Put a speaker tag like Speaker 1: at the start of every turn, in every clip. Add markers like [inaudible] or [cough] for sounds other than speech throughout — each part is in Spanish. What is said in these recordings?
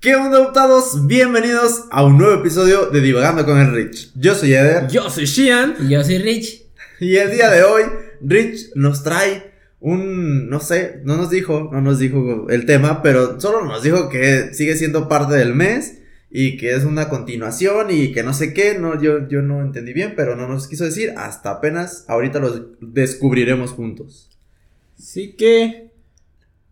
Speaker 1: ¿Qué onda, adoptados? Bienvenidos a un nuevo episodio de Divagando con el Rich. Yo soy Eder
Speaker 2: Yo soy Shian.
Speaker 3: Y Yo soy Rich.
Speaker 1: y el día de hoy Rich nos trae un, no sé, no nos dijo, no nos dijo el tema, pero solo nos dijo que sigue siendo parte del mes y que es una continuación y que no sé qué, no, yo, yo no entendí bien, pero no nos quiso decir hasta apenas ahorita lo descubriremos juntos.
Speaker 2: Así que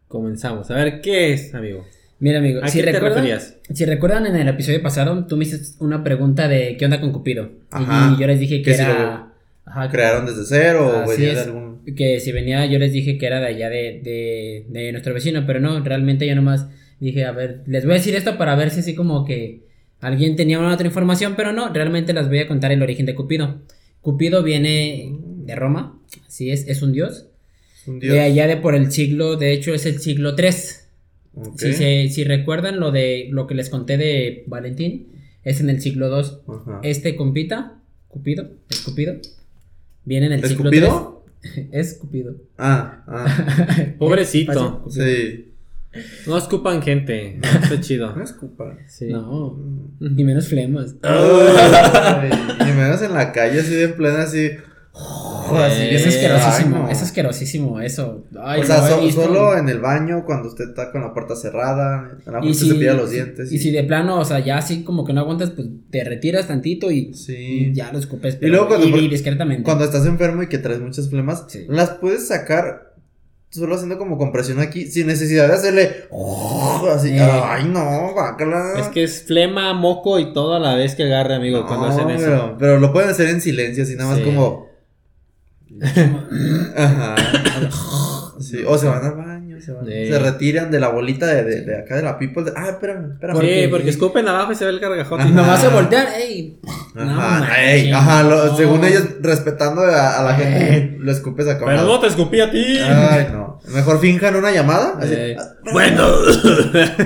Speaker 2: comenzamos. A ver qué es, amigo.
Speaker 3: Mira, amigo,
Speaker 2: ¿A
Speaker 3: si
Speaker 2: qué te
Speaker 3: recuerdan,
Speaker 2: referías?
Speaker 3: si recuerdan en el episodio pasado, tú me hiciste una pregunta de qué onda con Cupido.
Speaker 1: Ajá.
Speaker 3: Y yo les dije
Speaker 1: Que
Speaker 3: que
Speaker 1: si
Speaker 3: era. ajá,
Speaker 1: ¿Crearon desde cero o
Speaker 3: Así
Speaker 1: venía de
Speaker 3: es.
Speaker 1: algún...
Speaker 3: Que si venía, yo les dije que era de allá de, de, de nuestro vecino, pero no, realmente yo nomás dije, a ver, les voy a decir esto para ver si así como que alguien tenía una otra información, pero no, realmente les voy a contar el origen de Cupido. Cupido viene de Roma, así es, es un dios.
Speaker 1: un dios?
Speaker 3: De allá de por el siglo, de hecho es el siglo 3.
Speaker 1: Ok.
Speaker 3: Si, se- si recuerdan lo de lo que les conté de Valentín, es en el siglo 2.
Speaker 1: Ajá.
Speaker 3: Este compita, Cupido, es Cupido, viene en el
Speaker 1: ¿Es
Speaker 3: siglo
Speaker 1: Cupido?
Speaker 3: [laughs] 3. Es Cupido.
Speaker 1: Ah,
Speaker 3: [laughs]
Speaker 1: ah,
Speaker 3: Pasa,
Speaker 2: Pobrecito.
Speaker 3: Cupido.
Speaker 1: sí.
Speaker 2: No escupan gente. No está chido.
Speaker 1: No es culpa.
Speaker 2: Sí.
Speaker 3: No, ni menos flemas. Ah.
Speaker 1: Ay, y me ves en la calle así de en plena así. así bien
Speaker 3: es Oh,
Speaker 1: Eh, ay,
Speaker 3: asquerosísimo,
Speaker 1: no.
Speaker 3: es asquerosísimo eso. Ay,
Speaker 1: o sea,
Speaker 3: no,
Speaker 1: so-
Speaker 3: he visto.
Speaker 1: solo en el baño cuando usted está con la puerta cerrada, a la
Speaker 3: Y
Speaker 1: mejor se
Speaker 3: si-
Speaker 1: cepilla los dientes.
Speaker 3: Y si de plano, o sea, ya así como que no aguantas, pues te retiras tantito y,
Speaker 1: Sí.
Speaker 3: y ya lo escupes.
Speaker 1: luego cuando-
Speaker 3: y- y discretamente.
Speaker 1: Cuando estás enfermo y que traes muchas flemas,
Speaker 3: Sí.
Speaker 1: las puedes sacar solo haciendo como compresión aquí, sin necesidad de hacerle. así,
Speaker 3: Eh.
Speaker 1: ay, no, guácala.
Speaker 2: Es que es flema, moco y todo a la vez que agarre, amigo, cuando
Speaker 1: No,
Speaker 2: hacen eso.
Speaker 1: Pero, pero lo pueden hacer en silencio, así nada más
Speaker 2: Sí.
Speaker 1: como. Ajá.
Speaker 3: [coughs]
Speaker 1: Sí, O se van al baño, se van.
Speaker 2: Sí.
Speaker 1: Se retiran de la bolita de, de- de acá de la people. de- Ah, espérame,
Speaker 2: Sí,
Speaker 1: espérame.
Speaker 2: porque,
Speaker 3: Porque- pues,
Speaker 2: escupen abajo y se ve el gargajote.
Speaker 1: Ajá.
Speaker 3: Nomás se voltean, ey. no
Speaker 1: Ah. Ajá,
Speaker 3: manches,
Speaker 1: ey, ajá, lo-
Speaker 3: no. Eh.
Speaker 1: según ellos, respetando a, a la gente, lo escupes acá.
Speaker 2: Ah, Pero no te escupí a ti.
Speaker 1: Ay, no. Mejor finjan una llamada. así.
Speaker 2: Eh, bueno.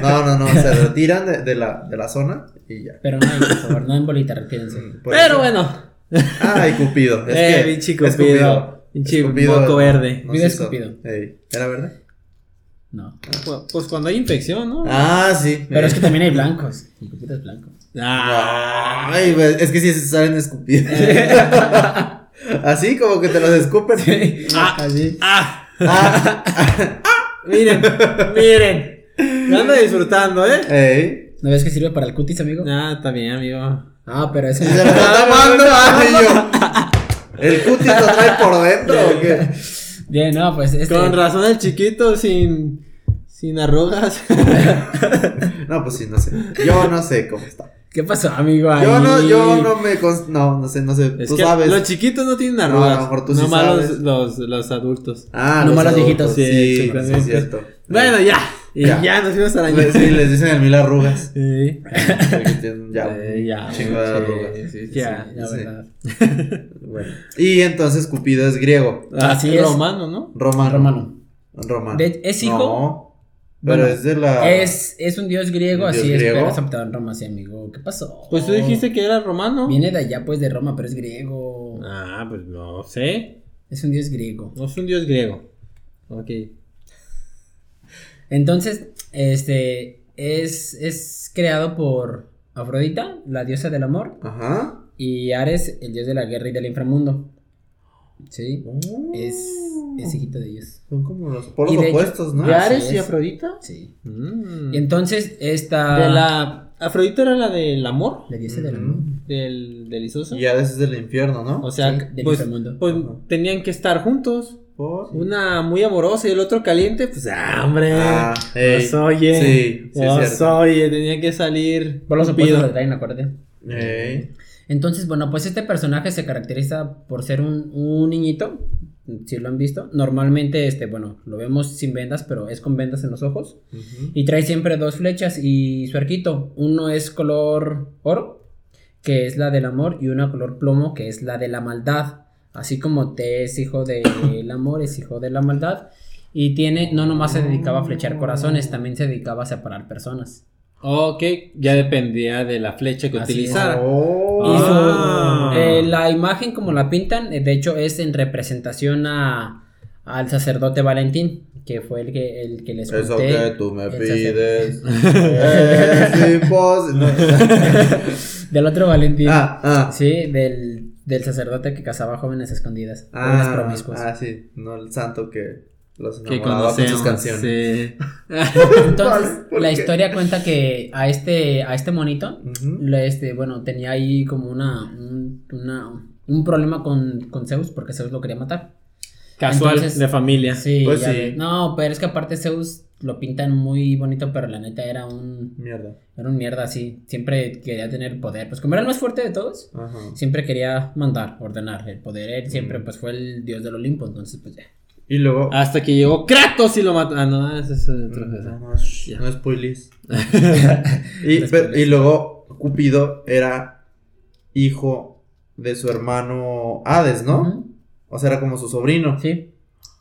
Speaker 1: No, no, no.
Speaker 3: [laughs]
Speaker 1: Se retiran de, de la, de la zona y ya.
Speaker 3: Pero no, hay,
Speaker 1: [laughs]
Speaker 3: por favor, no en bolita, retírense.
Speaker 1: Por
Speaker 2: Pero
Speaker 1: eso-
Speaker 2: bueno.
Speaker 1: Ay, Cupido. Es
Speaker 2: Eh,
Speaker 1: que
Speaker 2: pinche
Speaker 1: es
Speaker 2: Cupido. Pinche moco verde.
Speaker 1: nos
Speaker 3: Cupido es
Speaker 1: hizo-
Speaker 3: Cupido.
Speaker 1: Ey, ¿Era verdad?
Speaker 3: No.
Speaker 2: Pu- Pues cuando hay infección, ¿no?
Speaker 1: Ah, sí.
Speaker 3: Pero es que también hay blancos. El copito es blanco.
Speaker 2: Ah.
Speaker 1: Ay, güey, es que si se salen escupidos. Así como que te los escupen.
Speaker 2: Ah.
Speaker 3: Así.
Speaker 2: Ah.
Speaker 1: Ah,
Speaker 2: Miren, miren. Lo ando disfrutando, ¿eh?
Speaker 1: ey.
Speaker 3: ¿No ves que sirve para el cutis, amigo?
Speaker 2: Ah, está bien, amigo.
Speaker 3: Ah, pero eso.
Speaker 1: Se lo está tomando, ay, yo. El cutis lo trae por dentro o qué?
Speaker 3: [laughs] Bien, no, pues este.
Speaker 2: Con razón el chiquito sin sin arrugas.
Speaker 1: No, pues sí, no sé. Yo no sé cómo está.
Speaker 3: ¿Qué pasó, amigo?
Speaker 1: Yo
Speaker 3: ahí?
Speaker 1: no, yo no me cons- No, no sé, no sé.
Speaker 2: [laughs] Es
Speaker 1: Tú
Speaker 2: que
Speaker 1: sabes.
Speaker 2: los chiquitos no tienen
Speaker 1: No, a lo
Speaker 2: arrugas.
Speaker 1: mejor tú sí
Speaker 2: nomás los-
Speaker 1: sabes.
Speaker 2: los, los, adultos.
Speaker 1: Ah,
Speaker 3: Nomás los
Speaker 1: adultos,
Speaker 3: viejitos.
Speaker 1: Sí,
Speaker 2: Sí,
Speaker 1: bueno, sí, es
Speaker 2: exactamente.
Speaker 1: cierto.
Speaker 2: Bueno, ya. Y
Speaker 1: Ya.
Speaker 2: ya, nos fuimos a la [laughs]
Speaker 1: Le- sí, les dicen el mil arrugas.
Speaker 3: [laughs]
Speaker 2: Sí.
Speaker 1: Porque tienen ya, un
Speaker 2: Eh, ya.
Speaker 1: chingo de
Speaker 2: sí,
Speaker 1: arrugas.
Speaker 2: sí,
Speaker 3: Sí,
Speaker 2: ya.
Speaker 3: la
Speaker 1: sí.
Speaker 3: verdad.
Speaker 1: Bueno. Y entonces Cupido es griego.
Speaker 3: Así es.
Speaker 2: Romano, ¿no?
Speaker 1: Romano.
Speaker 3: Romano.
Speaker 1: Romano.
Speaker 3: De- ¿es hijo?
Speaker 1: No. Pero
Speaker 3: Bueno,
Speaker 1: es de la.
Speaker 3: Es, es un dios griego,
Speaker 1: ¿Un dios
Speaker 3: así es,
Speaker 1: griego?
Speaker 3: pero es adoptado en Roma, sí, amigo. ¿Qué pasó?
Speaker 2: Pues tú dijiste que era romano.
Speaker 3: Viene de allá, pues, de Roma, pero es griego.
Speaker 2: Ah, pues no sé.
Speaker 3: Es un dios griego.
Speaker 2: No es un dios griego. Ok.
Speaker 3: Entonces, este. Es, es creado por Afrodita, la diosa del amor,
Speaker 1: Ajá.
Speaker 3: y Ares, el dios de la guerra y del inframundo. Sí, es,
Speaker 1: Mm.
Speaker 3: es hijito de ellos.
Speaker 1: Oh. Son como los polos
Speaker 3: Y de hecho-
Speaker 1: opuestos, ¿no?
Speaker 3: Ya.
Speaker 2: Ares
Speaker 3: Así
Speaker 2: y
Speaker 3: es.
Speaker 2: Afrodita?
Speaker 3: Sí.
Speaker 2: Mm. Ah.
Speaker 3: Y entonces, esta.
Speaker 2: De la... Mm. Afrodita era la del amor,
Speaker 3: La diosa
Speaker 1: Ujú.
Speaker 3: del amor.
Speaker 2: del, del Isuzu.
Speaker 1: Y Hades es del infierno, ¿no?
Speaker 2: O sea,
Speaker 3: Sí, del
Speaker 2: pues,
Speaker 3: inframundo.
Speaker 2: pues
Speaker 1: Ajá.
Speaker 2: tenían que estar juntos.
Speaker 1: Por-
Speaker 2: Una muy amorosa y el otro caliente. Pues, ah, hombre.
Speaker 1: Ah,
Speaker 3: Eh,
Speaker 1: ey.
Speaker 2: Pues, oye.
Speaker 1: Sí, sí, es
Speaker 2: Pues,
Speaker 1: cierto.
Speaker 2: oye, tenía que salir.
Speaker 3: Por los
Speaker 2: Cupido.
Speaker 3: opuestos lo traen, acuérdate.
Speaker 1: Ey.
Speaker 3: Entonces, bueno, pues este personaje se caracteriza por ser un, un niñito. Si lo han visto. Normalmente, este, bueno, lo vemos sin vendas, pero es con vendas en los ojos.
Speaker 1: Ujú.
Speaker 3: Y trae siempre dos flechas y su arquito. Uno es color oro, que es la del amor, y una color plomo, que es la de la maldad. Así como te es hijo del [coughs] amor, es hijo de la maldad. Y tiene, no nomás se dedicaba a flechar corazones, también se dedicaba a separar personas.
Speaker 2: Ok, ya dependía de la flecha que
Speaker 3: Así es.
Speaker 2: utilizara.
Speaker 1: Oh.
Speaker 3: Y su-
Speaker 2: Ah.
Speaker 3: eh, la imagen como la pintan, eh, de hecho es en representación a, al sacerdote Valentín, que fue el que, el que les
Speaker 1: Eso
Speaker 3: conté. [laughs]
Speaker 1: que tú me
Speaker 3: el
Speaker 1: pides. es tiempos. no.
Speaker 3: Del otro Valentín.
Speaker 1: ah, ah.
Speaker 3: Sí, del, del sacerdote que cazaba jóvenes escondidas. jóvenes
Speaker 1: Ah,
Speaker 3: promiscuos.
Speaker 1: ah, sí, no el santo que los
Speaker 2: Que
Speaker 1: enamoraba con
Speaker 2: conocemos.
Speaker 1: sus canciones.
Speaker 2: sí.
Speaker 3: Entonces,
Speaker 1: Vale, [laughs] ¿por
Speaker 3: la
Speaker 1: qué?
Speaker 3: historia cuenta que a este, a este monito,
Speaker 1: Ujú.
Speaker 3: le- este, bueno, tenía ahí como una, un, una- un problema con, con Zeus, porque Zeus lo quería matar.
Speaker 2: Casual,
Speaker 3: Entonces-
Speaker 2: de familia.
Speaker 3: Sí,
Speaker 1: Pues
Speaker 3: ya
Speaker 1: sí.
Speaker 3: ves. No, pero es que aparte Zeus lo pintan muy bonito, pero la neta era un,
Speaker 1: Mierda.
Speaker 3: era un mierda así. Siempre quería tener poder. Pues como era el más fuerte de todos,
Speaker 1: Ajá.
Speaker 3: siempre quería mandar, ordenar el poder. Él siempre
Speaker 1: Mm.
Speaker 3: pues fue el dios del Olimpo, entonces pues ya.
Speaker 1: Y luego. mm,
Speaker 2: Hasta que llegó Kratos y lo mató. Ah, no, ese Ah, es otra
Speaker 1: no,
Speaker 2: cosa.
Speaker 1: no, shh,
Speaker 2: Ya.
Speaker 1: no spoilies. [laughs] y,
Speaker 3: No
Speaker 1: pero-
Speaker 3: spoilies.
Speaker 1: y luego Cupido era hijo de su hermano Hades, ¿no?
Speaker 3: Ujú.
Speaker 1: O sea, era como su sobrino.
Speaker 3: Sí,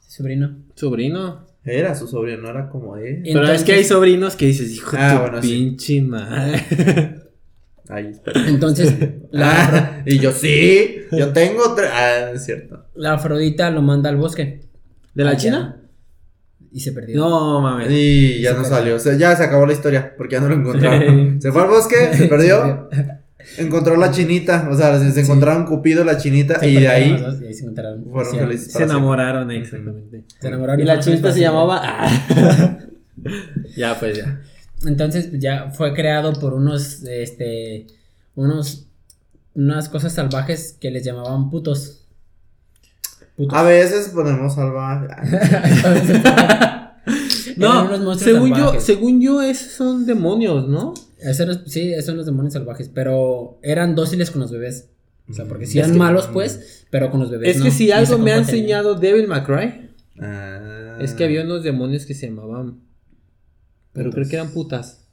Speaker 3: sobrino.
Speaker 2: Sobrino.
Speaker 1: Era su sobrino, era como él.
Speaker 3: Y-
Speaker 2: Pero es que
Speaker 3: Entonces-
Speaker 2: hay sobrinos que dices, hijo de
Speaker 1: Ah,
Speaker 2: tu
Speaker 1: bueno, sí.
Speaker 2: pinche madre.
Speaker 1: Ahí está.
Speaker 3: Entonces,
Speaker 2: [laughs]
Speaker 3: la,
Speaker 1: Ah, [laughs] y yo, sí, yo tengo tres. Ah, es cierto.
Speaker 3: la Afrodita lo manda al bosque.
Speaker 2: ¿De la
Speaker 3: Allá.
Speaker 2: China?
Speaker 3: Y se perdió.
Speaker 2: Ah,
Speaker 3: [laughs]
Speaker 2: No, mames.
Speaker 1: Y ya
Speaker 3: Se
Speaker 1: no
Speaker 3: perdió.
Speaker 1: salió. se- ya se acabó la historia, porque ya no lo encontraron. se fue al bosque, se
Speaker 2: [laughs]
Speaker 1: perdió. Encontró la chinita. O sea, se, se
Speaker 3: Sí.
Speaker 1: encontraron Cupido, la chinita.
Speaker 3: Se
Speaker 1: y de
Speaker 3: perdieron
Speaker 1: ahí
Speaker 3: los dos y ahí se encontraron.
Speaker 1: fueron
Speaker 3: Sí,
Speaker 1: felices.
Speaker 2: Se
Speaker 1: para
Speaker 2: enamoraron,
Speaker 1: Ujú.
Speaker 2: exactamente.
Speaker 3: se enamoraron
Speaker 2: Y la
Speaker 3: fueron
Speaker 2: chinita
Speaker 3: felices
Speaker 2: se
Speaker 3: para
Speaker 2: llamaba. Ah. ya, pues ya.
Speaker 3: siempre. Entonces pues, ya fue creado por unos, este, unos, unas cosas salvajes que les llamaban putos. [laughs] Putos.
Speaker 1: siempre. A veces ponemos
Speaker 3: [laughs]
Speaker 1: salvaje.
Speaker 3: Entonces, eran unos
Speaker 2: No,
Speaker 3: monstruos
Speaker 2: según yo,
Speaker 3: salvajes.
Speaker 2: según yo, esos son demonios, ¿no?
Speaker 3: Esos eran- sí, esos son los demonios salvajes, pero eran dóciles con los bebés. O sea, porque si
Speaker 2: Mm, Es
Speaker 3: eran
Speaker 2: que-
Speaker 3: malos, pues, pero con los bebés
Speaker 2: Es
Speaker 3: no.
Speaker 2: que si
Speaker 3: Y
Speaker 2: algo
Speaker 3: se
Speaker 2: me ha
Speaker 3: combaten.
Speaker 2: enseñado Devil McCray,
Speaker 1: Ah.
Speaker 2: es que había unos demonios que se llamaban. Pero creo
Speaker 3: Putas.
Speaker 2: que eran putas.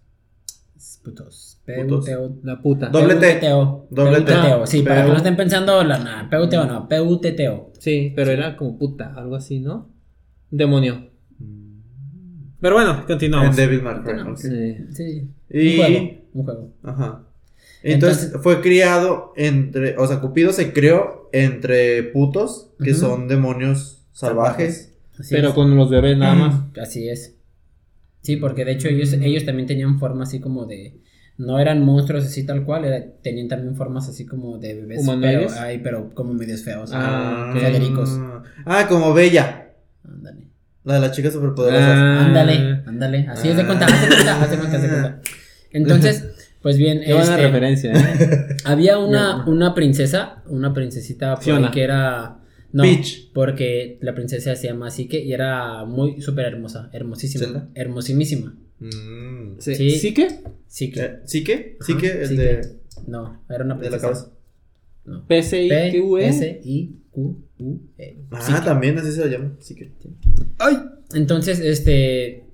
Speaker 3: Putos.
Speaker 1: Putos.
Speaker 3: P-U-T-O.
Speaker 2: La puta.
Speaker 1: Doble T.
Speaker 3: PUTTO.
Speaker 1: Doble T.
Speaker 3: PUTTO, Sí, para
Speaker 1: Peu.
Speaker 3: que no estén pensando la nada. PUTTO no, PUTTO.
Speaker 2: Sí, pero era como puta, algo así, ¿no? Demonio. Pero bueno,
Speaker 1: Mm. En
Speaker 2: continuamos.
Speaker 1: David Marquardt.
Speaker 3: Continuamos.
Speaker 2: Sí.
Speaker 3: Sí. Un
Speaker 1: Y.
Speaker 3: juego. Un juego.
Speaker 1: Ajá. Entonces,
Speaker 3: Entonces-
Speaker 1: fue criado entre, o sea, Cupido se creó entre putos, que
Speaker 3: Ujú.
Speaker 1: son demonios salvajes.
Speaker 3: Así
Speaker 2: Pero
Speaker 3: es.
Speaker 2: con los bebés nada más.
Speaker 3: Así es. Sí, porque de hecho ellos, ellos también tenían forma así como de. No eran monstruos así tal cual, era- tenían también formas así como de bebés. Pero,
Speaker 2: ¿Humanoides?
Speaker 3: ay, pero como medios feos.
Speaker 2: Ah,
Speaker 3: ok. Federicos.
Speaker 1: Ah, como Bella,
Speaker 3: Ándale.
Speaker 1: la de las chicas superpoderosas.
Speaker 2: Ah.
Speaker 3: Ándale, ándale. Así es de cuenta. Hazte cuenta, hazte cuenta, hazte
Speaker 2: [laughs]
Speaker 3: cuenta. Entonces, pues bien.
Speaker 2: Qué buena
Speaker 3: este,
Speaker 2: referencia, ¿eh?
Speaker 3: Había una,
Speaker 2: No.
Speaker 3: una princesa, una princesita por
Speaker 2: Fiona.
Speaker 3: ahí que era. No,
Speaker 1: Peach.
Speaker 3: porque la princesa se llama así que y era muy súper hermosa, hermosísima,
Speaker 1: Zelda.
Speaker 3: hermosimísima.
Speaker 1: Mm.
Speaker 2: Sí.
Speaker 3: Sí.
Speaker 2: ¿Sí que?
Speaker 3: Sí que,
Speaker 1: Eh, ¿Sí que? ¿Sí
Speaker 3: Ajá,
Speaker 1: que? El
Speaker 3: sí
Speaker 1: de,
Speaker 3: no, era una
Speaker 1: de la
Speaker 3: princesa.
Speaker 1: cabeza.
Speaker 3: No. P
Speaker 2: PCIQE.
Speaker 3: S I Q U E.
Speaker 1: Ah,
Speaker 3: Sí que.
Speaker 1: también así se lo llama. Sí que.
Speaker 3: Entonces, este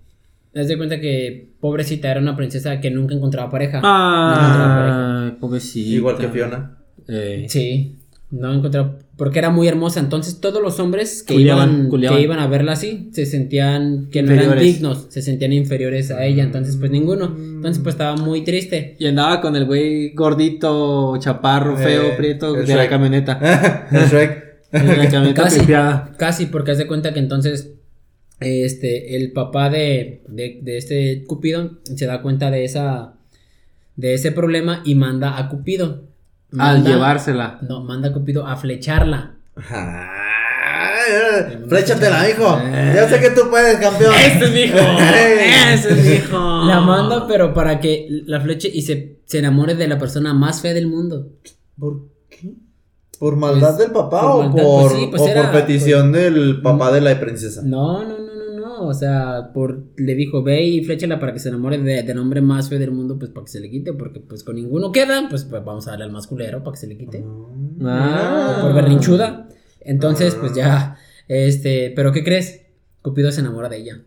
Speaker 3: haz de cuenta que pobrecita era una princesa que nunca encontraba pareja.
Speaker 2: Ah, pobrecita.
Speaker 1: Igual que Fiona.
Speaker 2: Eh,
Speaker 3: Sí, no encontraba porque era muy hermosa, entonces todos los hombres que
Speaker 2: Culeaban,
Speaker 3: iban
Speaker 2: culeaban.
Speaker 3: que iban a verla así se sentían que no eran
Speaker 2: Inferiores.
Speaker 3: dignos, se sentían inferiores a ella, entonces pues ninguno. Entonces pues estaba muy triste.
Speaker 2: Y andaba con el güey gordito, chaparro,
Speaker 1: Eh,
Speaker 2: feo, prieto
Speaker 1: el
Speaker 2: de la
Speaker 1: Shrek. [laughs]
Speaker 2: camioneta.
Speaker 1: el Shrek.
Speaker 2: De la camioneta
Speaker 3: Casi.
Speaker 2: pimpeada.
Speaker 3: Casi, porque haz de cuenta que entonces este, el papá de, de, de este Cupido se da cuenta de esa de ese problema y manda a Cupido.
Speaker 2: Al
Speaker 3: Manda-
Speaker 2: llevársela.
Speaker 3: No, manda a Cupido a flecharla.
Speaker 1: Ah, Fléchatela, hijo. Ya sé que tú puedes, campeón.
Speaker 3: Este
Speaker 2: ¡Ese es
Speaker 1: [laughs]
Speaker 2: mi hijo!
Speaker 1: Eh.
Speaker 2: [laughs] ¡Ese es mi hijo!
Speaker 3: La manda, pero para que la fleche y se, se enamore de la persona más fea del mundo.
Speaker 1: ¿Por qué? ¿Por maldad
Speaker 3: Pues,
Speaker 1: del papá
Speaker 3: por
Speaker 1: o,
Speaker 3: maldad,
Speaker 1: por,
Speaker 3: pues sí, pues
Speaker 1: o
Speaker 3: era,
Speaker 1: por petición del papá de la princesa?
Speaker 3: No, no, no, no, no. O sea, por, le dijo, ve y fléchala para que se enamore de- del hombre más feo del mundo, pues para que se le quite, porque pues con ninguno queda, pues, pues vamos a darle al más culero para que se le quite.
Speaker 2: Ah.
Speaker 3: por berrinchuda. Entonces,
Speaker 1: Ah.
Speaker 3: pues ya, este, pero ¿qué crees? Cupido se enamora de ella.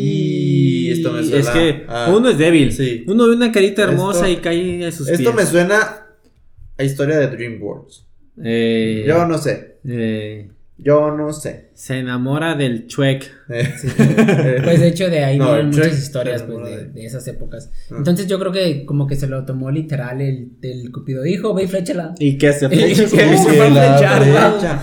Speaker 1: Y esto me suena
Speaker 2: Es que
Speaker 1: a-
Speaker 2: uno es débil.
Speaker 1: Sí.
Speaker 2: Uno ve una carita hermosa
Speaker 1: Esto-
Speaker 2: y cae a sus
Speaker 1: Esto me
Speaker 2: pies.
Speaker 1: suena a historia de DreamWorks.
Speaker 2: Eh,
Speaker 1: Yo no sé.
Speaker 2: eh,
Speaker 1: Yo no sé. Eh,
Speaker 2: se enamora del chuec.
Speaker 3: [laughs] Pues de hecho de
Speaker 1: [laughs]
Speaker 3: ahí
Speaker 1: No,
Speaker 3: vienen
Speaker 1: el
Speaker 3: muchas
Speaker 1: Shrek
Speaker 3: historias
Speaker 1: se
Speaker 3: pues,
Speaker 1: enamora
Speaker 3: de,
Speaker 1: de-
Speaker 3: de esas épocas.
Speaker 1: Ah.
Speaker 3: Entonces yo creo que como que se lo tomó literal el, el Cupido. Dijo, ve y fléchala.
Speaker 2: [laughs] Y que se
Speaker 3: flecha
Speaker 2: flecha
Speaker 3: su- que se fue a flechar,
Speaker 2: [laughs]
Speaker 1: flecha.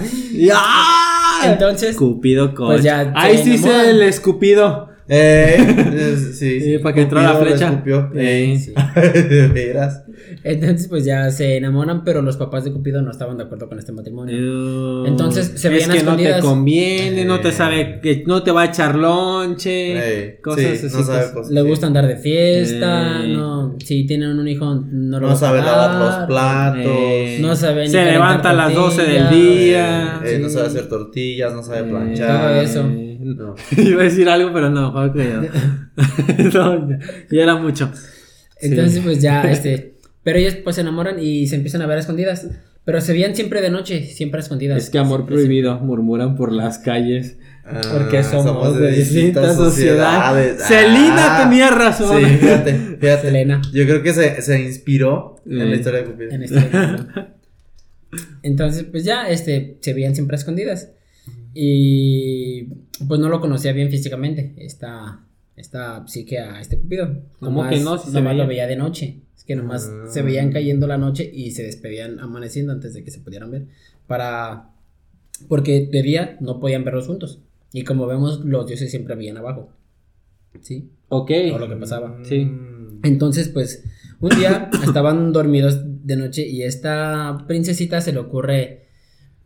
Speaker 2: ¡Ah!
Speaker 3: Entonces,
Speaker 2: Cupido con.
Speaker 3: Pues ya,
Speaker 2: Ahí
Speaker 3: se
Speaker 2: sí se
Speaker 3: enamoran.
Speaker 2: el escupido.
Speaker 1: Eh, eh, sí, sí.
Speaker 2: Eh, para que entrara la
Speaker 1: Cupido le
Speaker 2: flecha.
Speaker 1: escupió.
Speaker 2: Eh,
Speaker 1: Eh,
Speaker 3: sí.
Speaker 1: [laughs] de veras.
Speaker 3: Entonces, pues ya se enamoran, pero los papás de Cupido no estaban de acuerdo con este matrimonio. Entonces, se
Speaker 2: Es
Speaker 3: veían a
Speaker 2: que no te
Speaker 3: escondidas.
Speaker 2: conviene, no te
Speaker 1: Eh.
Speaker 2: sabe, que no te va a echar lonche.
Speaker 1: Eh,
Speaker 2: cosas
Speaker 1: sí,
Speaker 2: así,
Speaker 1: no sabe
Speaker 2: cosas.
Speaker 1: cosas,
Speaker 3: Le
Speaker 1: sí.
Speaker 3: gusta andar de fiesta,
Speaker 2: Eh.
Speaker 3: no, si tienen un hijo no lo va
Speaker 1: No
Speaker 3: a
Speaker 1: sabe lavar los
Speaker 3: pagar,
Speaker 1: platos.
Speaker 2: eh,
Speaker 3: No sabe ni
Speaker 2: Se
Speaker 3: calentar
Speaker 2: levanta a las 12 del
Speaker 3: tortillas.
Speaker 2: día.
Speaker 1: Eh, No
Speaker 3: sí.
Speaker 1: sabe hacer tortillas, no sabe
Speaker 2: Eh,
Speaker 1: planchar.
Speaker 3: todo eso.
Speaker 1: No.
Speaker 2: [laughs] Iba a decir algo, pero no, [laughs] mejor que yo. No, ya, ya era mucho.
Speaker 3: Entonces,
Speaker 2: Sí.
Speaker 1: [laughs]
Speaker 3: pues ya, este. Pero ellos pues se enamoran y se empiezan a ver a escondidas. Pero se veían siempre de noche, siempre a escondidas.
Speaker 2: Es que amor
Speaker 3: Siempre, siempre.
Speaker 2: prohibido, murmuran por las calles.
Speaker 1: Ah,
Speaker 2: Porque somos, de distintas sociedades.
Speaker 1: sociedades.
Speaker 2: Celina
Speaker 1: Ah,
Speaker 2: tenía razón.
Speaker 1: Sí, fíjate, fíjate.
Speaker 3: Selena.
Speaker 1: Yo creo que se, se inspiró en la
Speaker 2: Eh.
Speaker 1: historia de Cupido.
Speaker 3: En
Speaker 2: [laughs]
Speaker 3: este libro. Entonces, pues ya, este, se veían siempre a escondidas. Y pues no lo conocía bien físicamente. Esta, esta psique a este cupido.
Speaker 2: ¿Cómo que no? Si se
Speaker 3: nomás
Speaker 2: veían.
Speaker 3: lo veía de noche. Es que nomás
Speaker 1: Ah.
Speaker 3: se veían cayendo la noche y se despedían amaneciendo antes de que se pudieran ver. Para. Porque de día no podían verlos juntos. Y como vemos, los dioses siempre veían abajo. ¿Sí?
Speaker 2: Ok.
Speaker 3: Todo lo que pasaba.
Speaker 1: Mm.
Speaker 2: Sí.
Speaker 3: Entonces, pues, un
Speaker 2: [coughs]
Speaker 3: día estaban dormidos de noche y esta princesita se le ocurre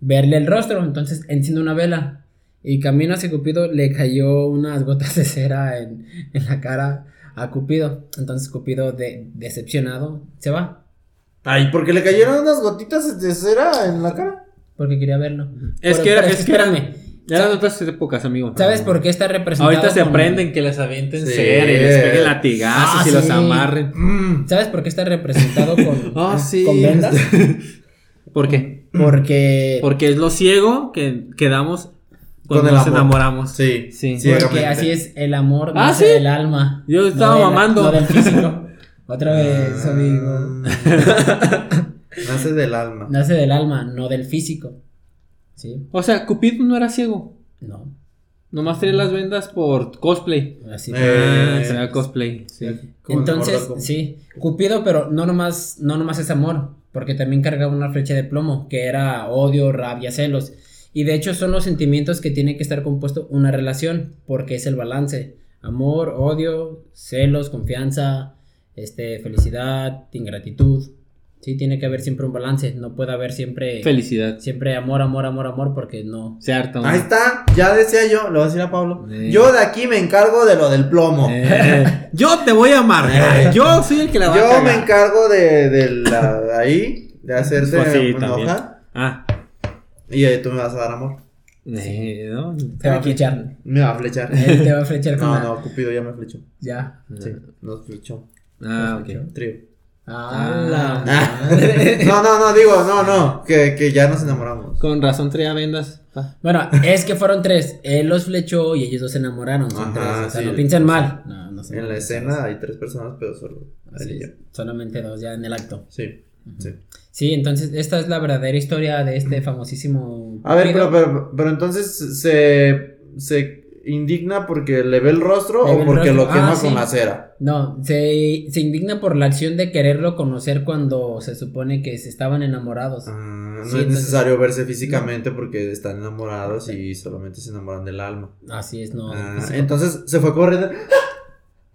Speaker 3: verle el rostro. Entonces, enciende una vela. Y camino hacia Cupido le cayó unas gotas de cera en, en la cara a Cupido. Entonces, Cupido, de- decepcionado, se va.
Speaker 1: Ay, porque le cayeron unas gotitas de cera en la cara.
Speaker 3: Porque quería verlo.
Speaker 2: Es
Speaker 3: Pero-
Speaker 2: que,
Speaker 3: pero
Speaker 2: es que eran,
Speaker 3: espérame.
Speaker 2: eran otras épocas, amigo.
Speaker 3: ¿Sabes por qué está representado?
Speaker 2: Ahorita se
Speaker 3: con-
Speaker 2: aprenden que les avienten
Speaker 1: Sí.
Speaker 2: cera y les peguen latigazos
Speaker 3: Ah,
Speaker 2: y los
Speaker 3: sí.
Speaker 2: amarren.
Speaker 1: Mm.
Speaker 3: ¿Sabes por qué está representado con,
Speaker 2: Ah, sí.
Speaker 3: con vendas?
Speaker 2: [laughs] ¿Por qué?
Speaker 3: Porque
Speaker 2: Porque es lo ciego que quedamos
Speaker 1: Con
Speaker 2: cuando
Speaker 1: el
Speaker 2: nos
Speaker 1: amor.
Speaker 2: enamoramos.
Speaker 1: Sí,
Speaker 2: Sí.
Speaker 1: sí,
Speaker 3: Porque
Speaker 1: obviamente.
Speaker 3: así es el amor
Speaker 2: Ah,
Speaker 3: nace
Speaker 2: ¿sí?
Speaker 3: del alma.
Speaker 2: Yo estaba
Speaker 3: de la-
Speaker 2: mamando.
Speaker 3: no del físico. Otra vez, pues, amigo.
Speaker 1: Mm. [laughs] Nace del alma.
Speaker 3: Nace del alma, no del físico. ¿Sí?
Speaker 2: O sea, Cupido no era ciego.
Speaker 3: No.
Speaker 2: Nomás tenía las vendas por cosplay.
Speaker 3: Así.
Speaker 1: Eh,
Speaker 2: Ah, será cosplay. Sí.
Speaker 1: Como en
Speaker 3: Entonces,
Speaker 1: Mortal Kombat.
Speaker 3: sí, Cupido, pero no nomás, no nomás es amor, porque también cargaba una flecha de plomo, que era odio, rabia, celos. Y de hecho son los sentimientos que tiene que estar compuesto una relación, porque es el balance. Amor, odio, celos, confianza, este, felicidad, ingratitud. Sí, tiene que haber siempre un balance, no puede haber siempre,
Speaker 2: Felicidad.
Speaker 3: siempre amor, amor, amor, amor, porque no.
Speaker 2: Se harta. uno.
Speaker 1: Ahí está, ya decía yo, lo voy a decir a Pablo.
Speaker 2: Eh.
Speaker 1: Yo de aquí me encargo de lo del plomo.
Speaker 2: Eh, yo te voy a amar.
Speaker 1: [laughs] Eh.
Speaker 2: Yo soy el que la va a
Speaker 1: yo
Speaker 2: cagar.
Speaker 1: me encargo de, de la- de ahí, de hacerte
Speaker 2: Pues sí,
Speaker 1: una
Speaker 2: también.
Speaker 1: hoja.
Speaker 2: Ah.
Speaker 1: Y ahí tú me vas a dar amor.
Speaker 2: Eh, no.
Speaker 3: Te va a flechar.
Speaker 1: Me va a flechar.
Speaker 3: Él [laughs] te va a [laughs] flechar con
Speaker 1: No,
Speaker 3: la-
Speaker 1: no, Cupido ya me flechó.
Speaker 3: Ya.
Speaker 1: Sí, nos flechó.
Speaker 2: Ah, ok.
Speaker 1: Trío.
Speaker 3: Ah,
Speaker 2: Ah.
Speaker 3: la
Speaker 1: [laughs]
Speaker 3: madre.
Speaker 1: No, no, no, digo, no, no. Que, que ya nos enamoramos.
Speaker 2: Con razón traía vendas. pa.
Speaker 3: Bueno, es que fueron tres. Él los flechó y ellos dos se enamoraron. Son
Speaker 1: Ajá,
Speaker 3: tres. O sea,
Speaker 1: sí.
Speaker 3: no piensen mal. No, no son
Speaker 1: En la
Speaker 3: tres.
Speaker 1: escena hay tres personas, pero solo él
Speaker 3: Sí,
Speaker 1: y yo.
Speaker 3: solamente dos ya en el acto.
Speaker 1: Sí, sí.
Speaker 3: Sí, entonces esta es la verdadera historia de este famosísimo.
Speaker 1: A ver,
Speaker 3: Cupido.
Speaker 1: pero, pero, pero entonces se, se indigna porque le ve el rostro
Speaker 3: Le ve
Speaker 1: o
Speaker 3: el
Speaker 1: porque
Speaker 3: rostro.
Speaker 1: lo quema
Speaker 3: Ah, sí.
Speaker 1: con la cera.
Speaker 3: No, se, se indigna por la acción de quererlo conocer cuando se supone que se estaban enamorados.
Speaker 1: Ah, no
Speaker 3: Sí,
Speaker 1: es
Speaker 3: entonces-
Speaker 1: necesario verse físicamente porque están enamorados y solamente se enamoran del alma.
Speaker 3: Así es, no.
Speaker 1: Ah,
Speaker 3: físico.
Speaker 1: entonces se fue [laughs] corriendo.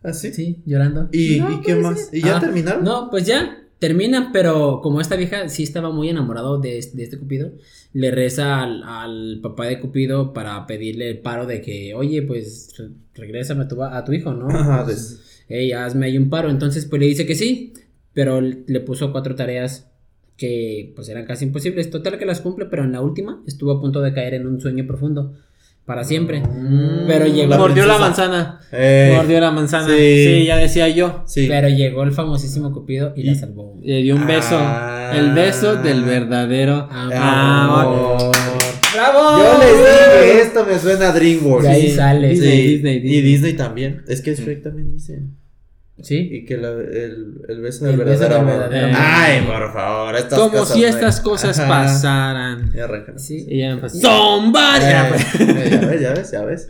Speaker 1: Así.
Speaker 3: Sí, llorando.
Speaker 1: ¿Ah, ¿Y,
Speaker 3: No,
Speaker 1: ¿y qué
Speaker 3: puede
Speaker 1: más?
Speaker 3: ser.
Speaker 1: ¿Y ya
Speaker 3: Ah,
Speaker 1: terminaron? [laughs]
Speaker 3: No, pues ya termina, pero como esta vieja sí estaba muy enamorado de, es- de este Cupido, le reza al, al papá de Cupido para pedirle el paro de que, oye, pues re- regrésame a tu, a tu hijo, ¿no?
Speaker 1: Ajá,
Speaker 3: Pues,
Speaker 1: des-
Speaker 3: "Ey, hazme ahí un paro. Entonces, pues le dice que sí, pero l- le puso cuatro tareas que pues eran casi imposibles. Total que las cumple, pero en la última estuvo a punto de caer en un sueño profundo para siempre.
Speaker 1: Mm,
Speaker 3: Pero llegó la
Speaker 2: Mordió la
Speaker 3: princesa.
Speaker 2: manzana.
Speaker 1: Eh,
Speaker 2: Mordió la manzana. Sí.
Speaker 1: sí.
Speaker 2: ya decía yo.
Speaker 1: sí.
Speaker 3: Pero llegó el famosísimo Cupido y, la
Speaker 1: Y-
Speaker 3: salvó.
Speaker 2: Le dio un beso.
Speaker 1: Ah.
Speaker 2: El beso del verdadero.
Speaker 3: Amor.
Speaker 2: amor.
Speaker 1: Amor.
Speaker 2: ¡Bravo!
Speaker 1: Yo les dije, esto me suena a DreamWorks.
Speaker 3: De ahí sale.
Speaker 2: Oh, Disney,
Speaker 1: Sí,
Speaker 2: Disney, Disney.
Speaker 1: Y Disney también. Es que Shrek también dice.
Speaker 3: Sí.
Speaker 1: Y que la- el, el beso del
Speaker 3: El
Speaker 1: verdadero
Speaker 3: beso del
Speaker 1: amor.
Speaker 3: verdadero
Speaker 2: amor.
Speaker 1: Ay, por favor, estas
Speaker 2: Como
Speaker 1: cosas,
Speaker 2: si
Speaker 1: güey.
Speaker 2: estas cosas
Speaker 1: Ajá.
Speaker 2: pasaran.
Speaker 1: Ya arrancan.
Speaker 3: Sí.
Speaker 2: Y ya empezó. ¡Son [laughs] varias!
Speaker 1: Eh, ya ves, ya ves, ya ves.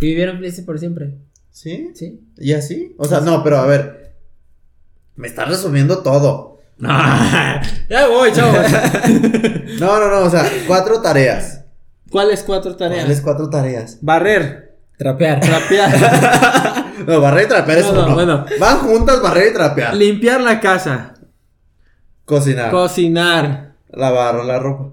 Speaker 3: Y vivieron felices por siempre.
Speaker 1: ¿Sí?
Speaker 3: Sí.
Speaker 1: ¿Y así? O sea, no, pero a ver. Me estás resumiendo todo.
Speaker 2: Ah, ya voy, [laughs] chavos.
Speaker 1: No, no, no, o sea, cuatro tareas.
Speaker 2: ¿Cuáles cuatro tareas?
Speaker 1: ¿Cuáles cuatro tareas?
Speaker 2: Barrer. [laughs]
Speaker 3: Trapear.
Speaker 2: Trapear.
Speaker 1: no, barrer y trapear es
Speaker 2: No, no,
Speaker 1: uno.
Speaker 2: bueno.
Speaker 1: Van juntas barrer y trapear.
Speaker 2: Limpiar la casa. Ah.
Speaker 1: Cocinar.
Speaker 2: Cocinar.
Speaker 1: lavar la ropa.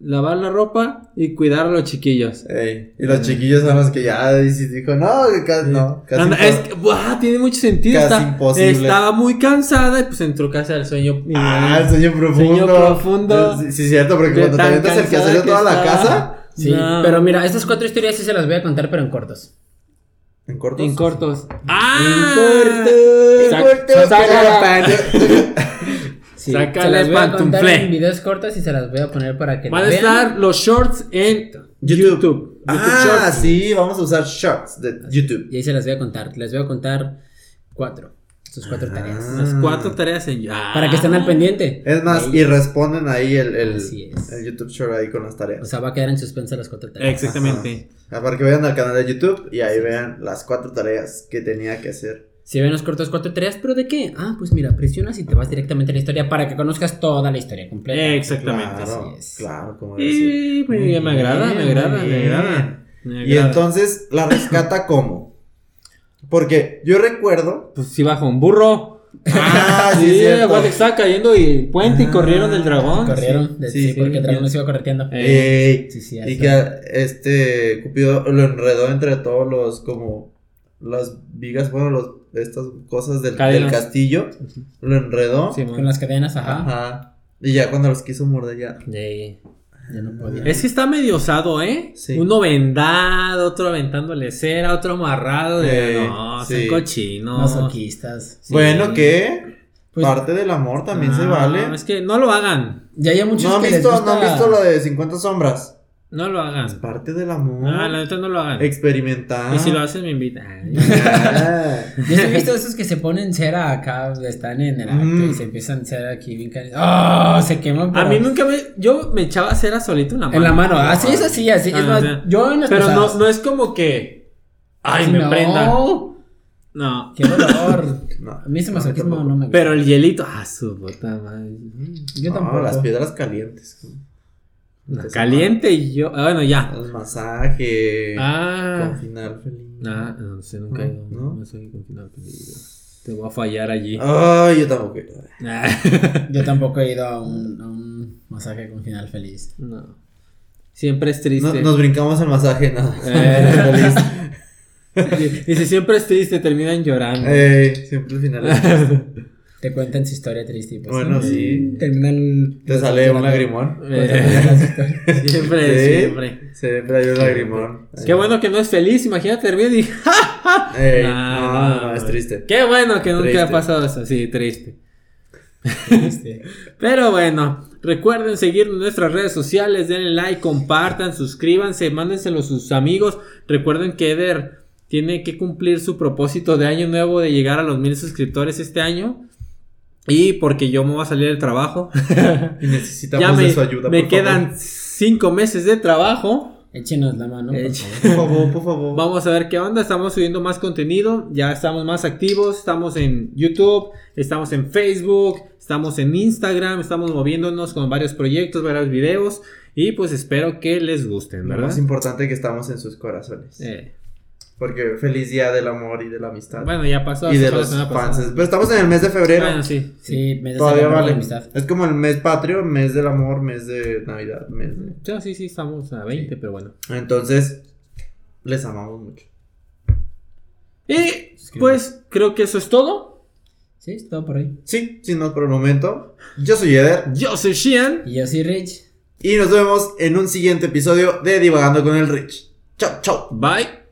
Speaker 2: Lavar la ropa y cuidar a los chiquillos.
Speaker 1: Ey, Y
Speaker 2: Mm.
Speaker 1: los chiquillos son los que ya dice- dijo, no, ca- no, casi
Speaker 2: Anda,
Speaker 1: no.
Speaker 2: es que, buah, tiene mucho sentido.
Speaker 1: Casi
Speaker 2: está-
Speaker 1: imposible.
Speaker 2: Estaba muy cansada y pues entró casi al sueño. Y-
Speaker 1: Ah, el sueño profundo. Eh,
Speaker 2: Sueño profundo.
Speaker 1: Sí, sí, cierto, porque
Speaker 2: de
Speaker 1: cuando te
Speaker 2: tan
Speaker 1: avientas el que
Speaker 2: cansada
Speaker 1: hacer toda la
Speaker 2: estaba.
Speaker 1: casa.
Speaker 3: Sí,
Speaker 2: No.
Speaker 3: pero mira, estas cuatro historias sí se las voy a contar, pero en cortos. ¡Ah!
Speaker 1: En cortos.
Speaker 2: En cortos.
Speaker 1: En
Speaker 2: ¡Ah! Sac-
Speaker 1: cortos.
Speaker 2: saca la
Speaker 3: Sí,
Speaker 2: Sácale
Speaker 3: se las voy a contar
Speaker 2: pantuflé.
Speaker 3: en videos cortos y se las voy a poner para que
Speaker 2: Van a
Speaker 3: las vean.
Speaker 2: estar los shorts en
Speaker 1: YouTube.
Speaker 2: YouTube. [laughs] YouTube
Speaker 1: Ah,
Speaker 2: Shorts.
Speaker 1: sí, vamos a usar shorts de YouTube.
Speaker 3: Y ahí se las voy a contar. Les voy a contar cuatro. Sus cuatro tareas.
Speaker 2: Las
Speaker 1: Ah.
Speaker 2: cuatro tareas en Ah. YouTube.
Speaker 3: Para que estén al pendiente.
Speaker 1: Es más,
Speaker 3: Ahí.
Speaker 1: y responden ahí el, el,
Speaker 3: Así es.
Speaker 1: el YouTube short ahí con las
Speaker 3: O
Speaker 1: tareas.
Speaker 3: sea, va a quedar en suspensa las cuatro tareas.
Speaker 2: Exactamente.
Speaker 1: Ah, Para que vayan al canal de YouTube y ahí vean las cuatro tareas que tenía que hacer.
Speaker 3: Si ven los cortos cuatro tareas, ¿pero de qué? Ah, pues mira, presionas y te vas directamente a la historia para que conozcas toda la historia completa.
Speaker 2: Exactamente.
Speaker 1: Claro,
Speaker 3: así es.
Speaker 1: claro, como decir.
Speaker 2: Y pues,
Speaker 1: Muy
Speaker 2: me agrada, me
Speaker 3: bien,
Speaker 2: agrada,
Speaker 3: muy
Speaker 2: me
Speaker 3: bien.
Speaker 2: agrada. me
Speaker 1: Y
Speaker 2: agrada.
Speaker 1: entonces la rescata cómo? Porque yo recuerdo.
Speaker 2: Pues sí bajo un burro.
Speaker 1: [laughs] Ah, sí, es
Speaker 2: sí,
Speaker 1: cierto.
Speaker 2: aguante, estaba cayendo y el puente y
Speaker 1: Ah,
Speaker 2: corrieron del dragón.
Speaker 3: Corrieron,
Speaker 1: Sí,
Speaker 3: de-
Speaker 1: sí,
Speaker 3: sí,
Speaker 1: sí.
Speaker 3: porque el dragón nos iba correteando.
Speaker 2: Eh.
Speaker 1: Ey,
Speaker 3: Sí, sí,
Speaker 1: y
Speaker 3: eso.
Speaker 1: que este Cupido lo enredó entre todos los como las vigas, bueno, los, estas cosas del, del
Speaker 2: Cadenas.
Speaker 1: castillo. Lo enredó.
Speaker 2: Sí,
Speaker 3: Con
Speaker 2: man.
Speaker 3: las cadenas, ajá.
Speaker 1: Ajá. Y ya cuando los quiso morder ya.
Speaker 3: De... Ya no podía.
Speaker 2: Es que está medio osado, ¿eh?
Speaker 1: Sí.
Speaker 2: Uno vendado, otro aventándole cera, otro amarrado. De...
Speaker 1: Eh,
Speaker 2: no,
Speaker 1: sí.
Speaker 2: son cochinos.
Speaker 3: Masoquistas. sí.
Speaker 1: Bueno, que
Speaker 3: Pues-
Speaker 1: parte del amor también se
Speaker 2: No,
Speaker 1: vale.
Speaker 2: Es que no lo hagan.
Speaker 3: Ya hay muchos
Speaker 1: ¿No han,
Speaker 3: que les
Speaker 1: visto,
Speaker 3: gusta...
Speaker 1: ¿No han visto lo de 50 sombras?
Speaker 2: No lo hagan.
Speaker 1: Parte del amor.
Speaker 2: No, Ah, la neta no lo hagan.
Speaker 1: Experimentar.
Speaker 2: Y si
Speaker 1: [laughs]
Speaker 2: lo hacen, me invitan.
Speaker 1: Ah.
Speaker 3: Yo sí he visto esos que se ponen cera acá, están en el acto
Speaker 1: Mm.
Speaker 3: y se empiezan cera aquí bien caliente. ¡Oh! Se queman.
Speaker 2: A
Speaker 3: pero-
Speaker 2: mí nunca me. Yo me echaba cera solito en la mano.
Speaker 3: En la mano, así es así, así.
Speaker 2: Ah,
Speaker 3: es más,
Speaker 2: o sea,
Speaker 3: yo en las
Speaker 2: Pero no,
Speaker 3: posadas.
Speaker 2: no es como que. Ay, me
Speaker 3: no,
Speaker 2: prenda. No.
Speaker 3: ¡Qué dolor!
Speaker 1: No,
Speaker 3: A mí ese
Speaker 1: no,
Speaker 3: masoquismo
Speaker 1: tampoco.
Speaker 3: no me gusta.
Speaker 2: Pero el hielito. Ah, su puta madre.
Speaker 3: yo
Speaker 1: No,
Speaker 3: tampoco.
Speaker 1: Ah, las piedras calientes.
Speaker 2: No, Caliente y yo. Ah, bueno, ya.
Speaker 1: El masaje. Con
Speaker 2: Ah.
Speaker 1: final feliz.
Speaker 2: Nah, no sé, nunca he ido.
Speaker 1: ¿No?
Speaker 2: No, soy con final peligro. Te voy a fallar allí.
Speaker 1: Ay, yo tampoco.
Speaker 2: Ah,
Speaker 3: Yo tampoco he ido a un, a un masaje con final feliz.
Speaker 2: [laughs] no. Siempre es triste.
Speaker 1: No-
Speaker 2: [laughs]
Speaker 1: nos brincamos el masaje, nada.
Speaker 2: Este.
Speaker 1: [laughs]
Speaker 2: Eh, Dice, siempre es triste, terminan llorando.
Speaker 1: Ey, Eh, siempre el final. es triste.
Speaker 3: Te cuentan su historia triste y pues,
Speaker 1: Bueno, sí.
Speaker 3: Terminan.
Speaker 1: Te sale un lagrimón.
Speaker 2: Eh, siempre,
Speaker 1: Sí.
Speaker 2: siempre.
Speaker 1: Siempre hay un lagrimón.
Speaker 2: [laughs] Qué bueno que no es feliz, imagínate, termina y [laughs] ¡ja!
Speaker 1: Ey, Eh,
Speaker 2: Ah,
Speaker 1: no, no,
Speaker 2: no,
Speaker 1: es
Speaker 2: güey.
Speaker 1: triste.
Speaker 2: Qué bueno que nunca
Speaker 1: Triste.
Speaker 2: ha pasado eso, sí, triste.
Speaker 3: Este,
Speaker 2: Pero bueno, recuerden seguirnos en nuestras redes sociales, denle like, compartan, suscríbanse, mándenselo a sus amigos. Recuerden que Eder tiene que cumplir su propósito de año nuevo de llegar a los mil suscriptores este año. Y porque yo me voy a salir
Speaker 1: [laughs]
Speaker 2: del trabajo.
Speaker 1: Y necesitamos
Speaker 2: ya me,
Speaker 1: de su ayuda.
Speaker 2: me
Speaker 1: por
Speaker 2: quedan cinco meses de trabajo.
Speaker 3: Échenos la mano. por
Speaker 2: Eh,
Speaker 3: favor.
Speaker 1: favor. Por favor, por favor.
Speaker 2: Vamos a ver qué onda. Estamos subiendo más contenido. Ya estamos más activos. Estamos en YouTube. Estamos en Facebook. Estamos en Instagram. Estamos moviéndonos con varios proyectos, varios videos. Y pues espero que les gusten,
Speaker 1: Lo
Speaker 2: ¿verdad?
Speaker 1: más importante que estamos en sus corazones.
Speaker 2: Eh,
Speaker 1: Porque feliz día del amor y de la amistad.
Speaker 2: bueno, ya pasó.
Speaker 1: y
Speaker 2: eso
Speaker 1: de
Speaker 2: fue la
Speaker 1: los
Speaker 2: semana pasada.
Speaker 1: fans. Pero estamos en el mes de febrero.
Speaker 2: Bueno, sí.
Speaker 3: Sí, me
Speaker 1: Todavía
Speaker 3: desagrada
Speaker 1: vale.
Speaker 3: la amistad.
Speaker 1: Es como el mes patrio, mes del amor, mes de Navidad, mes de...
Speaker 2: Ya, sí, sí, estamos a 20, pero bueno.
Speaker 1: Entonces, les amamos mucho.
Speaker 2: Y pues creo que eso es todo.
Speaker 3: Sí, es todo por hoy.
Speaker 1: Sí, sin más por el momento. Yo soy Eder.
Speaker 2: Yo soy Sheehan.
Speaker 3: Y yo soy Rich.
Speaker 1: Y nos vemos en un siguiente episodio de Divagando con el Rich. Chao, chao.
Speaker 2: Bye.